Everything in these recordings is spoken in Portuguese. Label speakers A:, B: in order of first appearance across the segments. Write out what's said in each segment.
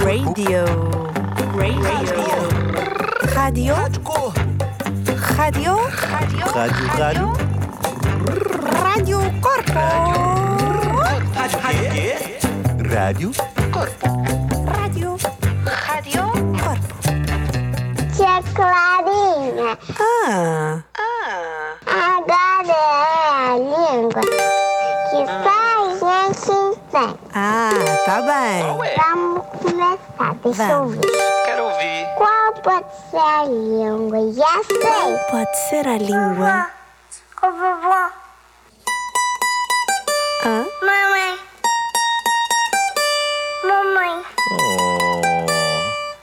A: Radio. Radio. Radio. Radio.
B: Rádio, rádio.
A: Radio Corpo.
B: Rádio.
A: Radio. Radio Corpo.
C: Tia é Clarinha,
A: Ah.
C: agora é a língua que faz a gente entender.
A: Ah, tá bem.
C: Vamos começar, deixa
A: Vamos.
C: eu ver.
D: Quero ouvir.
C: Qual pode ser a língua? Já sei.
A: Pode ser a língua.
C: Ô vovó,
A: Hã?
C: mamãe. Mamãe,
B: Oh.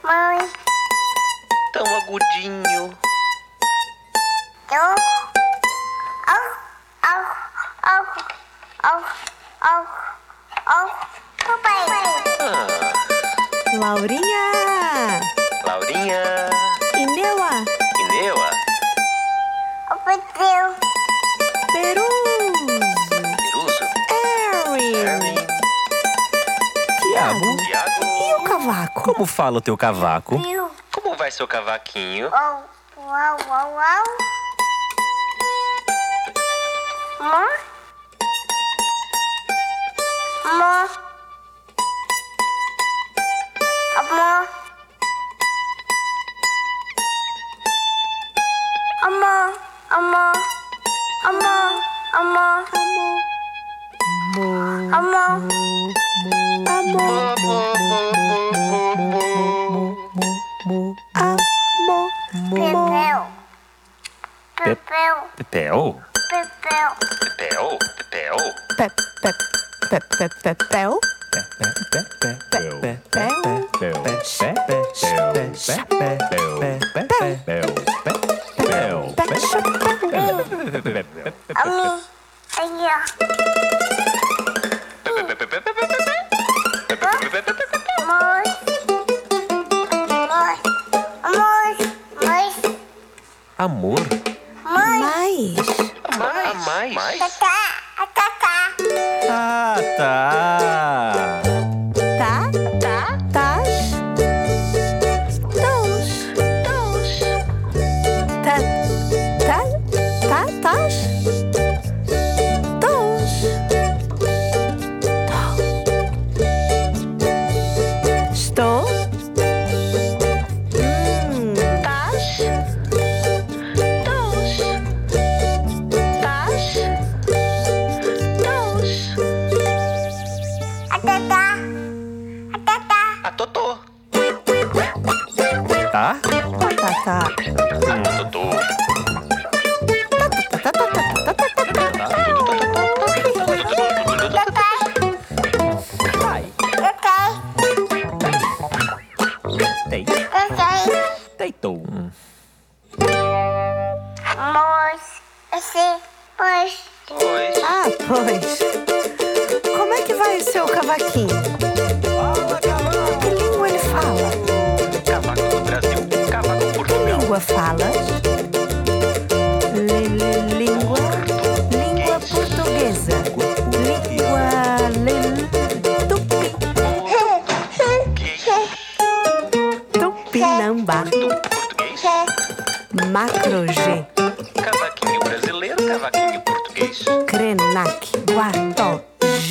C: mamãe.
D: Tão agudinho.
C: Eu. Au, au, au, au, au, au. Papai.
A: Laurinha.
D: Laurinha.
A: Ineua.
D: Ineua.
C: O Pedro.
A: Peruso.
D: Peruso.
A: Harry.
D: Erwin.
A: E
B: Tiago,
D: Iago.
A: o cavaco?
B: como fala o teu cavaco?
C: Meu.
D: Como vai seu cavaquinho?
C: Uau, uau, uau, uau. Mó. Mó. Mó. Amor, amor, amor, amor, amor, amor,
A: Amor. Amor.
C: pepeu,
B: Pep- Pepeu?
C: pepeu, pepeu,
D: Pepeu. Pepeu.
A: Pep, pep, pep, pep, pep, pel. Pep, chap, pep.
C: ami, aí ó. Amor. Amor. Amor. Mãe.
B: Amor?
C: Mãe.
A: Mais.
D: Mais. Mais. Mais.
C: Tacá. a Tacá.
B: Ah, tá.
A: Tá, tá, tás. Tons. Tons. Tá, tá, tá, tás. Tons. Tons. Estou. Hum. Tás. Tons. Tás. Tons.
C: A Tacá. A Tacá.
D: A Totô.
B: Tá?
A: Tá, tá.
D: Totô.
C: Ok.
B: Tei-
C: Ok.
B: Deitou. Hum.
C: Mois. Você. Pois.
D: Pois.
A: Ah, pois. Como é que vai o seu cavaquinho? Que língua ele fala?
D: Cavaco do Brasil. Cavaco do
A: Que
D: Portugal.
A: língua fala? Li- li- língua. Língua portuguesa. Língua. Li, tupi. Tupinambá.
D: Do português.
A: Macrogê.
D: Cavaquinho brasileiro. Cavaquinho português.
A: Krenak. Guató. G.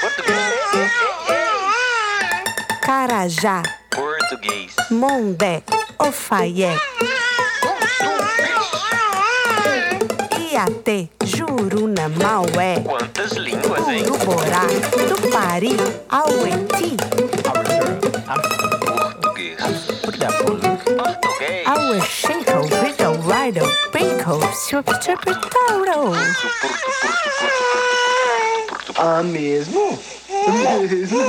D: Português.
A: Carajá.
D: Português.
A: Mondé. Ofaié. Iatê. Juruna. Maué.
D: Quantas línguas, hein?
A: Uruborá, Tupari, Aueti,
D: Português. Português.
A: Auexinco, Rico, Rido, Pinco, Chupitauro.
E: Ah, mesmo? mesmo?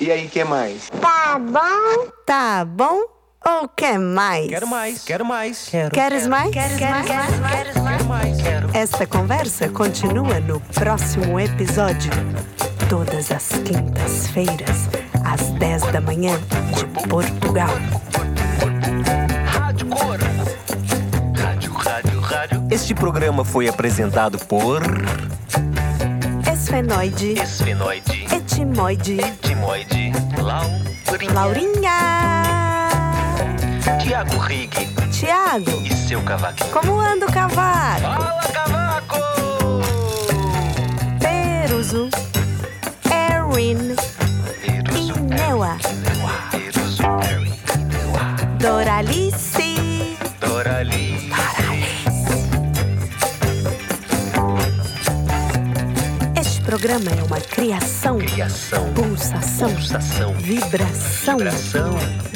E: E aí, que mais?
C: Tá bom.
A: Tá bom? Ou quer mais?
B: Quero mais, quero mais. Quero.
A: Queres mais? Queres mais? Esta conversa continua no próximo episódio. Todas as quintas-feiras, às 10 da manhã, de Portugal.
D: Rádio Cor. Rádio, rádio, rádio.
B: Este programa foi apresentado por.
A: Esse esfenoide,
D: esfenoide,
A: etimoide,
D: timoide, laurinha,
A: Laurinha.
D: Tiago Rig
A: Tiago,
D: e seu cavaquinho.
A: como anda o cavaco?
D: Fala, cavaco!
A: Peruso, Erin,
D: Eruzu,
A: Ineua,
D: Eruá, Eruzu, Eri, Ineua,
A: Doralice,
D: Dorali,
A: Este programa é uma criação,
D: criação,
A: pulsação,
D: pulsação,
A: vibração
D: vibração,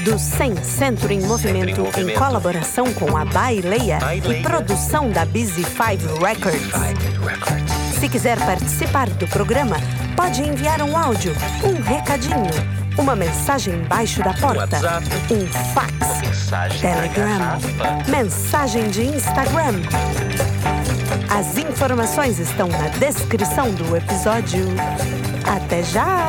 A: do Sem Centro em Movimento em
D: Movimento.
A: colaboração com a Baileia e
D: Baileia.
A: produção da Busy Five Records.
D: Five Records.
A: Se quiser participar do programa, pode enviar um áudio, um recadinho, uma mensagem embaixo da porta,
D: WhatsApp.
A: um fax,
D: Mensagem
A: Telegram.
D: na garrafa.
A: mensagem de Instagram. As informações estão na descrição do episódio. Até já!